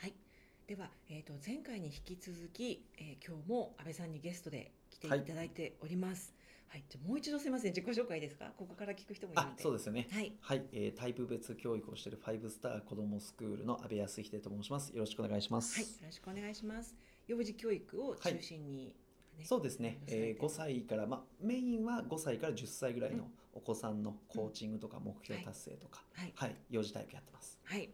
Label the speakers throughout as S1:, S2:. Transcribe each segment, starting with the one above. S1: はい、では、えー、と前回に引き続き、えー、今日も安倍さんにゲストで来てい
S2: はい
S1: ただいております。はい、じゃあもう一度すみません、自己紹介ですか。ここから聞く人もいる
S2: あ
S1: ので。
S2: そうですね
S1: はい、
S2: はい、えータイプ別教育をしているファイブスター子どもスクールの阿部康秀と申しますよろしくお願いします、
S1: はい、よろしくお願いします。幼児教育を中心に、ね
S2: そうですね、えー、5歳から、まあ、メインは5歳から10歳ぐらいの
S1: うん
S2: お子さんのコーチングとか目標達成とか、
S1: はい、
S2: はい幼児タイプやってます
S1: はい、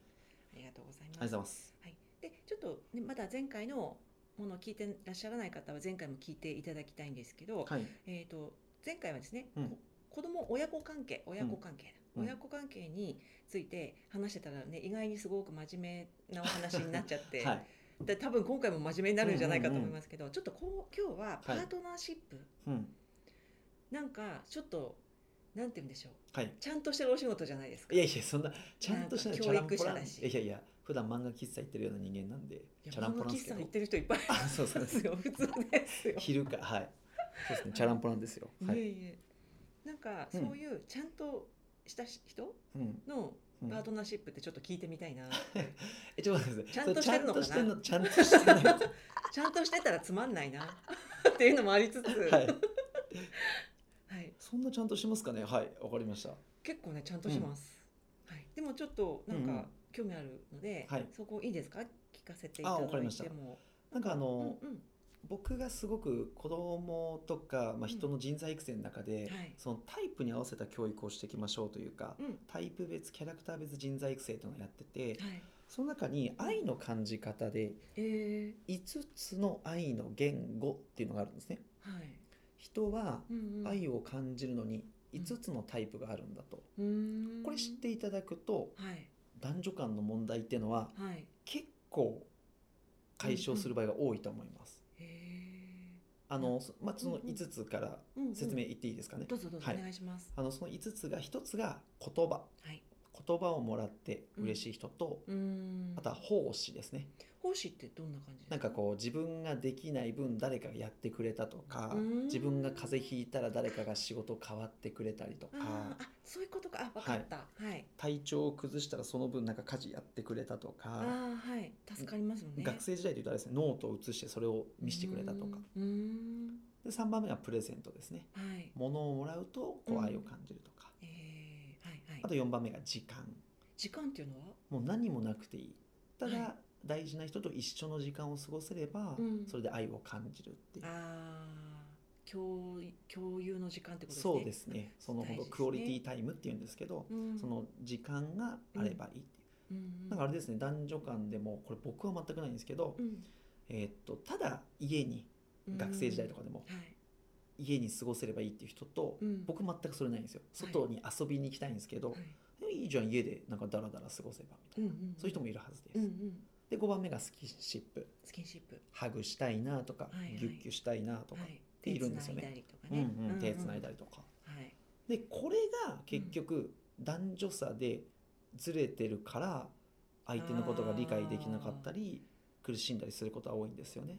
S1: ありがとうございます。
S2: ありがとうございます
S1: はい、で、ちょっと、ね、まだ前回のものを聞いてらっしゃらない方は、前回も聞いていただきたいんですけど。
S2: はい
S1: えっ、と、前回はですね、
S2: うん
S1: 子供親子関係親子関係だ、
S2: うん
S1: 親子関係について話してたらね意外にすごく真面目なお話になっちゃって、
S2: はい
S1: で多分今回も真面目になるんじゃないかと思いますけど、ちょっとこう今日はパートナーシップ、
S2: うん
S1: なんかちょっとなんて言うんでしょう
S2: はい
S1: ちゃんとしたお仕事じゃないですか
S2: いやいやそんなちゃんとし
S1: な
S2: なんい
S1: か
S2: チャランポ
S1: 教育
S2: ラ
S1: 者
S2: ン
S1: だ
S2: い
S1: し
S2: やいやいや普段漫画喫茶行ってるような人間なんで
S1: いや
S2: チャランポランで
S1: 喫
S2: すけ
S1: 茶
S2: ど
S1: 行ってる人いっぱいい
S2: あそうそう
S1: ま
S2: です
S1: す よ普通ですよ、、
S2: 昼かはいそうですねチャランポランですよはい
S1: え
S2: い、
S1: いえなんか
S2: う
S1: そ
S2: ん
S1: ういうちゃんとした人
S2: うん
S1: の
S2: うん
S1: パートナーシップってちょっと聞いてみたいな、
S2: えちょっと待ってください
S1: ちゃんとしてんの
S2: ちゃんとしてんのちゃんとしてない
S1: ちゃんとしてたらつまんないな っていうのもありつつ、は
S2: はい い、そんなちゃんとしますかねはいわかりました
S1: 結構ねちゃんとします、はい、でもちょっとなん
S2: うんう
S1: か
S2: ん
S1: 興味あるので、
S2: はい
S1: そこいいですか聞かせていた
S2: あ
S1: だい
S2: わかりましてた
S1: も
S2: なんかあ
S1: う
S2: の
S1: ん、うん
S2: 僕がすごく子供とか、まあ、人の人材育成の中で、
S1: はい
S2: そのタイプに合わせた教育をしていきましょうというか、
S1: うん
S2: タイプ別キャラクター別人材育成というのをやってて
S1: はい
S2: その中に愛の感じ方で
S1: え
S2: 5つの愛の言語っていうのがあるんですね
S1: ー、はい、
S2: 人は
S1: うんうん、
S2: 愛を感じるのに
S1: うん
S2: 5つのタイプがあるんだと、
S1: うーん
S2: これ知っていただくと
S1: はい
S2: 男女間の問題っていうのは
S1: はい
S2: 結構解消する場合が多いと思います。
S1: え
S2: あ
S1: う
S2: の、
S1: ん
S2: そまあ、その
S1: うんうん
S2: 5つから
S1: ーうんうん
S2: 説明いっていいですかね。
S1: どうぞどうぞ、
S2: はい
S1: お願いします
S2: あのその5つが1つが言葉
S1: はい
S2: 言葉をもらって嬉しい人と、
S1: うーん
S2: あとは奉仕ですね
S1: 奉仕ってどんな感じですか
S2: なんかこう自分ができない分誰かがやってくれたとか
S1: うん
S2: 自分が風邪ひいたら誰かが仕事変わってくれたりと
S1: あ
S2: か
S1: ーあそういうことかあわかったはい、
S2: 体調を崩したらその分なんか家事やってくれたと
S1: あ
S2: か
S1: あーはい助かりますもんね
S2: 学生時代で言うとあれですねノートを写してそれを見せてくれたとか
S1: うーん
S2: で3番目がプレゼントですね
S1: うーんはい
S2: 物をもらうとこう愛を感じるとか、
S1: えー、はいはい
S2: あと4番目が時間
S1: 時間っていうのは
S2: もう何もなくていいた
S1: はい
S2: だ大事な人と一緒の時間を過ごせれば、
S1: うん
S2: それで愛を感じるっていう、
S1: あー共共有の時間ってことですね
S2: そうですねその
S1: 大事
S2: ほ
S1: です
S2: ど
S1: ね
S2: クオリティタイムっていうんですけど、
S1: うん
S2: その時間があればいいっていう、
S1: うんうん
S2: なんかあれですね男女間でもこれ僕は全くないんですけど、
S1: うん
S2: えーっとただ家に
S1: うん
S2: 学生時代とかでも
S1: はい
S2: 家に過ごせればいいっていう人と、
S1: うん
S2: 僕全くそれないんですよ外に遊びに行きたいんですけど、
S1: はい
S2: いいじゃん家でなんかダラダラ過ごせば
S1: う
S2: みたい
S1: ん
S2: な、
S1: うんうん
S2: そういう人もいるはずです、
S1: うんうん
S2: で5番目がスキンシップ
S1: スキンシップ
S2: ハグしたいなとか、
S1: はいはい
S2: ギュッギュしたいなとか、
S1: はい
S2: ているんですよね
S1: 手繋いだりとかね
S2: うんうん、手つないだ
S1: り
S2: りとか
S1: はい
S2: でこれが結局男女差でずれてるから相手のことが理解できなかったり苦しんだりすることは多いんですよね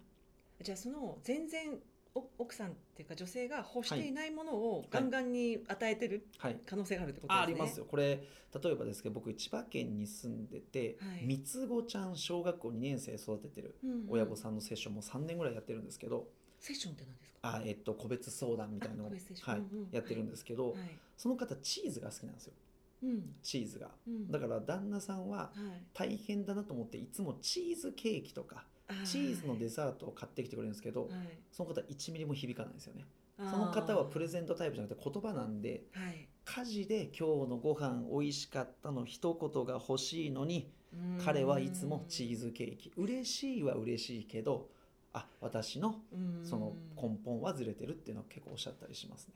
S1: じゃあその全然お奥さんっていうか女性が欲していないものをガンガンに与えてる
S2: はい
S1: 可能性があるってことです
S2: あ
S1: ね
S2: ありますよこれ例えばですけど僕千葉県に住んでて、
S1: はい
S2: 三つ子ちゃん小学校2年生育ててる
S1: うんうん
S2: 親御さんのセッションも3年ぐらいやってるんですけど、
S1: セッションって何ですか
S2: あえっと、個別相談みたいなのを、
S1: あ個
S2: はい
S1: 別セッションうんうん
S2: やってるんですけど、
S1: はい
S2: その方チーズが好きなんですよ
S1: うん
S2: チーズが
S1: うん
S2: だから旦那さんは
S1: はい
S2: 大変だなと思っていつもチーズケーキとかチーズのデ
S1: ザ
S2: ザートを買ってきてくれるんですけど、
S1: はい
S2: その方1ミリも響かないんですよね
S1: そ
S2: その方はプレゼントタイプじゃなくて言葉なんで
S1: はい
S2: 家事で今日のご飯美味しかったの一言が欲しいのに彼はいつもチーズケーキ嬉しいは嬉しいけどあ私の
S1: ズ
S2: その根本はずれてるっていうのは結構おっしゃったりしますね。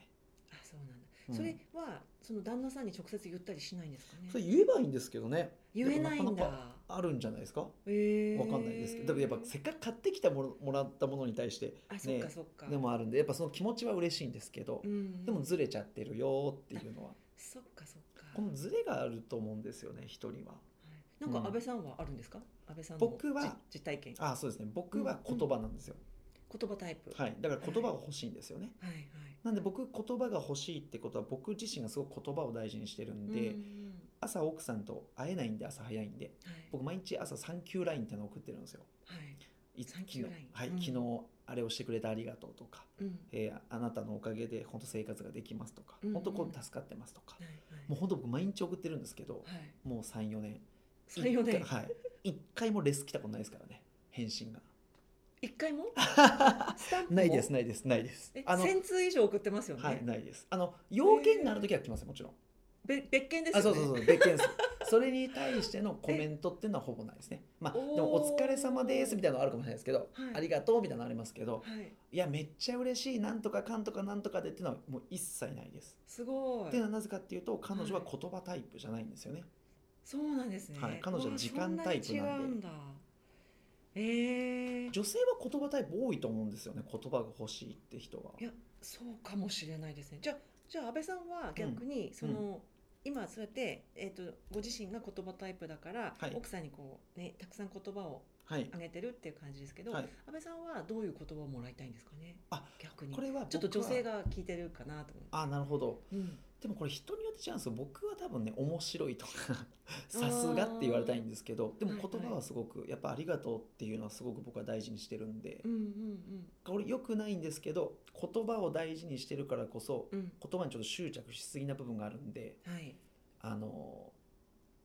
S1: あそうなんだ、
S2: うん
S1: それはその旦那さんに直接言ったりしないんですかね
S2: それ言えばいいんですけどね
S1: 言えないんだ
S2: でもなかなあるんじゃないですか
S1: え
S2: わかんないですけどでもやっぱせっかく買ってきたものもらったものに対して
S1: あそっかそっか、
S2: でもあるんでやっぱその気持ちは嬉しいんですけど、
S1: うん
S2: でもずれちゃってるよっていうのは
S1: そっかそっか
S2: このずれがあると思うんですよね人には。
S1: はいなんか安倍さんはあるんですか安倍さんの
S2: 僕は
S1: じ実体験
S2: あそうですね僕は言葉なんですよ、
S1: 言葉タイプ
S2: はい、だから言葉が欲しいんですよね。
S1: はいはい
S2: なんで僕言葉が欲しいってことは僕自身がすごく言葉を大事にしてるんで、
S1: うんうん
S2: 朝奥さんと会えないんで朝早いんで
S1: はい
S2: 僕毎日朝サンキューラインってのを送ってるんですよ。
S1: はい
S2: い
S1: サンキューライン
S2: 昨日はい、
S1: うん
S2: 昨日あれをしてくれてありがとうとか、
S1: うん
S2: えーあなたのおかげで本当生活ができますとか、
S1: うんうん
S2: 本当こう助かってますとか、
S1: はいはい
S2: もう本当僕毎日送ってるんですけど、
S1: はい
S2: もう3、4年。
S1: それよ
S2: 一
S1: ね
S2: 回はい。一回もレス来たことないですからね、返 信が。
S1: 一回もスタンプも
S2: ないです、ないです、ないです
S1: え。
S2: あの、
S1: 1000通以上送ってますよね、
S2: はい、ないです。あの、要件があるときは来ますよ、もちろん。
S1: べ別件です
S2: あ、
S1: よね
S2: そうそうそう、別件です。それに対してのコメントっていうのはほぼないですね。まあ、で
S1: おー
S2: も、お疲れ様ですみたいなのはあるかもしれないですけど、
S1: はい
S2: ありがとうみたいなのありますけど、
S1: はい
S2: いや、めっちゃ嬉しい、なんとかかんとかなんとかでっていうのはもう一切ないです。
S1: すご
S2: っ
S1: い
S2: ていうのはなぜかっていうと、彼女は言葉タイプじゃないんですよね。
S1: そうなんですね、
S2: はい彼女
S1: うわ
S2: 時間タイプな
S1: そな
S2: んで
S1: に違うんだえー、
S2: 女性は言葉タイプ多いと思うんですよね、言葉が欲しいって人は。
S1: いやそうかもしれないですねじゃあじゃあ安倍さんは逆にその、今そうやって、えー、とご自身が言葉タイプだから、
S2: はい
S1: 奥さんにこう、ね、たくさん言葉を
S2: はい
S1: あ。げてるっていう感じですけど、
S2: はい
S1: 安倍さんはどういう言葉をもらいたいんですかね
S2: あ
S1: 逆に
S2: これは僕は
S1: ちょっと女性が聞いてるかなと思
S2: あなるほど
S1: う、うん、
S2: でもこれ人によって違うんですよ僕は多分ね面白いとか さすがって言われたいんですけどでも
S1: はいはい
S2: 言葉はすごくやっぱありがとうっていうのはすごく僕は大事にしてるんで、
S1: うんうん
S2: これ良くないんですけど言葉を大事にしてるからこそ
S1: うんうん
S2: 言葉にちょっと執着しすぎな部分があるんで
S1: はい
S2: あの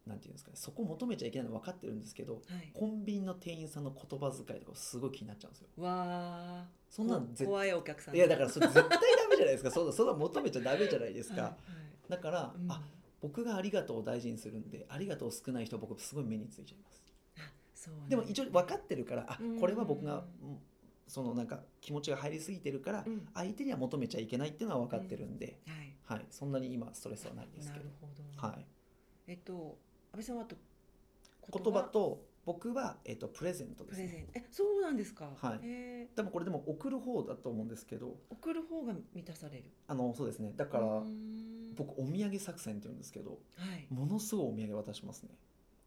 S2: なんていうんですかねそこ求めちゃいけないの分かってるんですけど
S1: はい
S2: コンビニの店員さんの言葉遣いとかすごい気になっちゃうんですよ。
S1: わあ
S2: そんなの絶
S1: 怖いお客さん
S2: いやだからそれ絶対ダメじゃないですかそんなそんな求めちゃダメじゃないですか。
S1: はい
S2: だから、
S1: はいうん
S2: あ僕がありがとうを大事にするんでありがとう少ない人は僕すごい目についちゃいます
S1: あそうなん
S2: でも一応分かってるからあ
S1: うん
S2: これは僕がうんそのなんか気持ちが入りすぎてるから、
S1: うん
S2: 相手には求めちゃいけないっていうのは分かってるんで、
S1: はい
S2: はい、そんなに今ストレスはないです
S1: な
S2: け
S1: る
S2: ど、
S1: ほど、
S2: はい、
S1: えっと安倍さんはあと
S2: 言葉と僕は、えっと、プレゼントで
S1: プ
S2: す、
S1: レゼ
S2: ね、
S1: ンえそうなんですか、
S2: はい
S1: え
S2: 多分これでも送る方だと思うんですけど
S1: ー送る方が満たされる
S2: あのそうですねだから、
S1: うーん
S2: 僕お土産作戦って言うんですけど
S1: はい
S2: ものすごいお土産渡しますね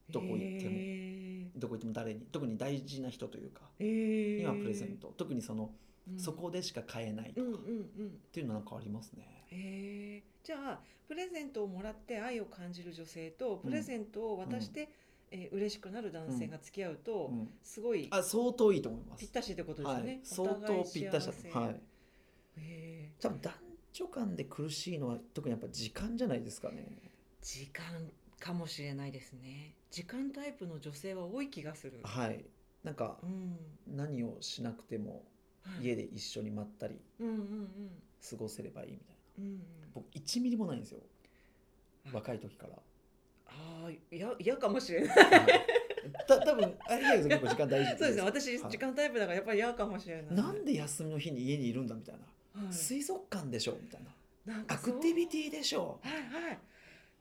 S2: どこ行っても
S1: え
S2: どこ行っても誰に特に大事な人というか
S1: ーえー
S2: にはプレゼント特にその
S1: うん
S2: そこでしか買えないと
S1: うん
S2: か
S1: うん
S2: っ
S1: うん
S2: ていうのなんかありますね。
S1: えーじゃあプレゼントをもらって愛を感じる女性とプレゼントを渡して、えー嬉しくなる男性が付き合うと、
S2: うん
S1: すごい
S2: あ相当いいと思います。
S1: ぴったしってことですよ
S2: は
S1: ね、
S2: い、相
S1: お互
S2: 当
S1: い
S2: ぴったしだ
S1: 幸せ
S2: と。はい。
S1: えー
S2: 多分男女間で苦しいのは特にやっぱ時間じゃないですかね。
S1: 時間かもしれないですね時間タイプの女性は多い気がする、
S2: はい。なんか
S1: うん
S2: 何をしなくても
S1: はい、
S2: 家で一緒にまったり
S1: うんうん
S2: 過ごせればいいみたいな。
S1: うんうん
S2: 僕1ミリもないんですよ。
S1: うん
S2: 若い時から。
S1: ああいや嫌かもしれない
S2: はいた多分あれだけど結構時間大事
S1: そうですね私
S2: はい
S1: 時間タイプだからやっぱり嫌かもしれない
S2: なんで休みの日に家にいるんだみたいな。
S1: はい
S2: 水族館でしょみたいな。
S1: なんか
S2: ア
S1: そう
S2: クティビティでしょ
S1: はいはい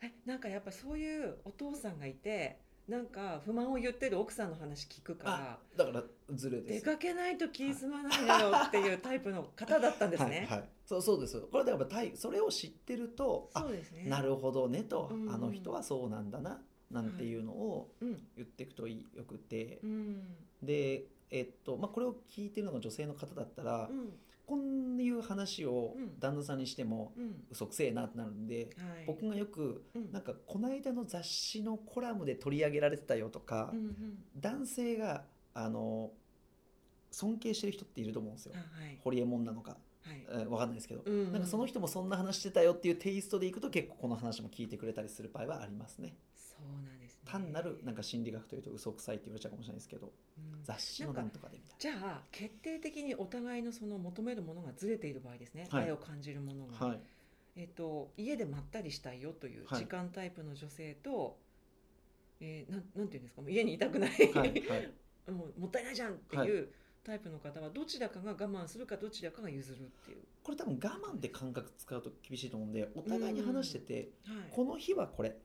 S1: えなんかやっぱそういうお父さんがいてなんか不満を言ってる奥さんの話聞くから
S2: だからズレで
S1: 出
S2: す。
S1: かけないと気済まないのよっていうタイプの方だったんですね、
S2: はい、はい、そうそうです。これだからたいそれを知ってると、あ
S1: そうですね
S2: なるほどねと、
S1: うん
S2: あの人はそうなんだななんていうのを
S1: うん
S2: 言っていくといいよくて、
S1: うん
S2: で。えっとまあ、これを聞いてるのが女性の方だったら、
S1: うん
S2: こういう話を
S1: うん
S2: 旦那さんにしても、
S1: うん
S2: 嘘くせえなってなるんで、
S1: はい、
S2: 僕がよく
S1: うん
S2: なんかこの間の雑誌のコラムで取り上げられてたよとか、
S1: うんうん
S2: 男性があの尊敬してる人っていると思うんですよ
S1: あ、はい
S2: ホリエモンなのか、
S1: はい
S2: えーわかんないですけど、
S1: うん
S2: なんかその人もそんな話してたよっていうテイストでいくと結構この話も聞いてくれたりする場合はありますね
S1: そうなんですね
S2: 単なるなんか心理学というと嘘くさいって言われちゃうかもしれないですけど
S1: うん
S2: 雑誌の
S1: な
S2: なんん
S1: か
S2: とかでみたい
S1: じゃあ決定的にお互いのその求めるものがずれている場合ですね、
S2: はい
S1: 愛を感じるものが、
S2: な、はい、
S1: えっと家でまったりしたいよという
S2: はい
S1: 時間タイプの女性と、えーなんなんていうんですかもう家にいたくない、
S2: はいはい
S1: もうもったいないじゃんっていうタイプの方はどちらかが我慢するかどちらかが譲るっていう、
S2: これ多分我慢で感覚使うと厳しいと思うんでお互いに話してて、
S1: はい、
S2: この日はこれ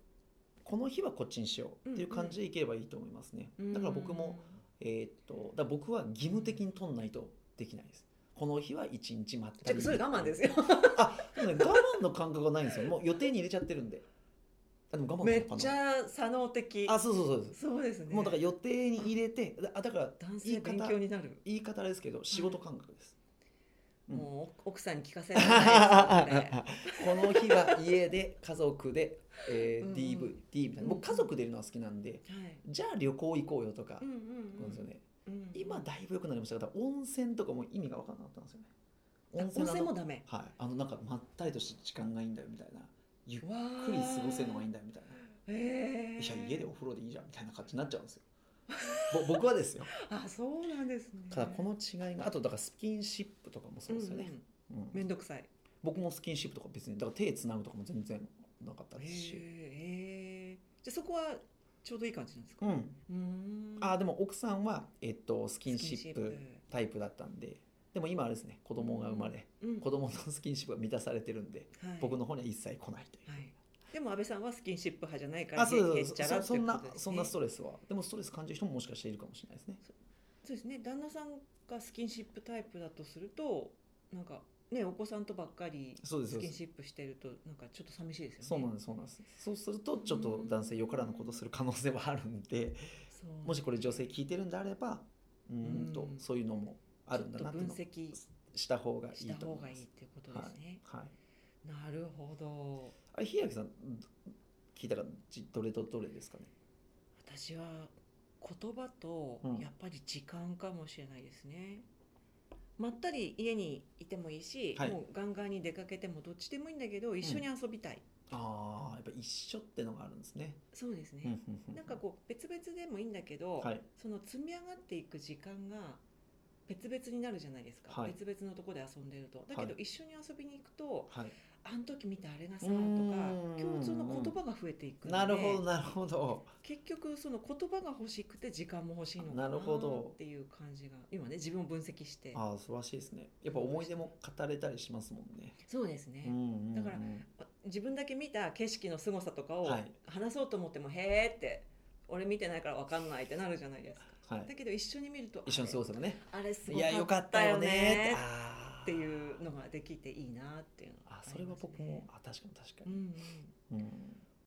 S2: この日はこっちにしようっていう感じでいければいいと思いますね、だから僕も、えーっとだから僕は義務的に取んないとできないですこの日は一日まっ
S1: ち
S2: た
S1: ょっと
S2: り
S1: それ我慢ですよ
S2: あでもね我慢の感覚がないんですよもう予定に入れちゃってるんであでも我慢
S1: め
S2: な
S1: っ
S2: のかな
S1: ちゃ左脳的
S2: あそうそうそうです、
S1: そうですね
S2: もうだから予定に入れてだあだから
S1: 男
S2: 言
S1: 性
S2: い方
S1: 勉強になる
S2: 言い方あれですけど仕事感覚です、うん
S1: もう奥さんに聞かせ
S2: こ
S1: られ ないですよね
S2: の日は家で家族で、えー
S1: うんうん
S2: DV、DV みたいな僕家族でいるのは好きなんで
S1: はい
S2: じゃあ旅行行こうよとか、
S1: うんうん
S2: こうですよね
S1: うんうん
S2: 今だいぶ良くなりましたけど温泉とかも意味が分かんなかったんですよね
S1: あ温泉も
S2: だ
S1: ダメ
S2: はいあのなんかまったりとした時間がいいんだよみたいなゆっ
S1: わー
S2: くり過ごせるのがいいんだよみたいな
S1: え
S2: い
S1: ー
S2: や家でお風呂でいいじゃんみたいな感じになっちゃうんですよぼ僕はですよ
S1: あそうなんですね
S2: ただこの違いがあとだからスキンシップとかもそうですよね、うん
S1: めんどくさい
S2: 僕もスキンシップとか別にだから手つなぐとかも全然なかった
S1: へ
S2: ですし、
S1: えじゃあそこはちょうどいい感じなんですか
S2: うん、
S1: うーん
S2: あーでも奥さんは、えっと、スキンシ
S1: スキ
S2: ップタイプだったんででも今あれですね子供が生まれ、
S1: うん
S2: 子供のスキンシップが満たされてるんで、
S1: はい
S2: 僕の方には一切来ないという。
S1: はいでも安倍さんはスキンシップ派じゃないから
S2: あそう
S1: へ
S2: で
S1: へっ
S2: す
S1: ちゃら
S2: そ
S1: って
S2: そ
S1: い
S2: ん
S1: うこ
S2: な
S1: とですね
S2: そんなストレスはでもストレス感じる人ももしかしているかもしれないですね
S1: そうですね旦那さんがスキンシップタイプだとするとなんかねお子さんとばっかり
S2: そうです
S1: ス
S2: そう
S1: キン
S2: です
S1: シップしてるとなんかちょっと寂しいですよね
S2: そうなんですそうなんですそうするとちょっと男性よからぬことする可能性はあるんで
S1: そう
S2: もしこれ女性聞いてるんであればうーんと
S1: うん
S2: そういうのもあるんだなっていうのを
S1: ちょっと分
S2: した方がい
S1: 析し
S2: い
S1: た
S2: と
S1: 方
S2: 思い
S1: が
S2: ま
S1: いいっ
S2: す
S1: ていうことですね、
S2: はい
S1: なるほど
S2: あれ、日焼さん、ど聞いたらじどれとどれですかね。
S1: 私は言葉と
S2: うん
S1: やっぱり時間かもしれないですね、まったり家にいてもいいし、
S2: はい
S1: もうガンガンに出かけてもどっちでもいいんだけど一緒に遊びたい、
S2: ああ、やっぱ一緒ってのがあるんですね。
S1: そうですね、
S2: うんうんうん
S1: なんかこう別々でもいいんだけど、
S2: はい
S1: その積み上がっていく時間が別々になるじゃないですか、
S2: はい
S1: 別々のとこで遊んでるとだけど
S2: は
S1: 一緒に遊びに行くと、
S2: はい。
S1: あの時見たあれがさと
S2: う
S1: か
S2: ーん
S1: 共通の言葉が増えていくので
S2: なるほど、なるほど。
S1: 結局その言葉が欲しくて時間も欲しいのかな
S2: なるほど
S1: っていう感じが今ね自分を分析して
S2: ああ、素晴らしいですね。やっぱ思い出も語れたりしますもんね。
S1: そうですね、
S2: うんうんうん
S1: だから自分だけ見た景色の凄さとかを
S2: はい
S1: 話そうと思っても「へーって俺見てないから分かんないってなるじゃないですか
S2: は
S1: だ
S2: い。
S1: けど一緒に見ると
S2: 一緒に過ごせばね。
S1: あれす
S2: い
S1: ご
S2: や、よ
S1: か
S2: かっ
S1: ったた
S2: よ
S1: よ
S2: ね
S1: ね
S2: ー。ああ。
S1: っていうのができていいなっていうの
S2: あ
S1: が
S2: それ
S1: あり
S2: は
S1: ます
S2: 僕
S1: ね
S2: も、あ、確かに、確か
S1: うん
S2: に。
S1: うん
S2: うん。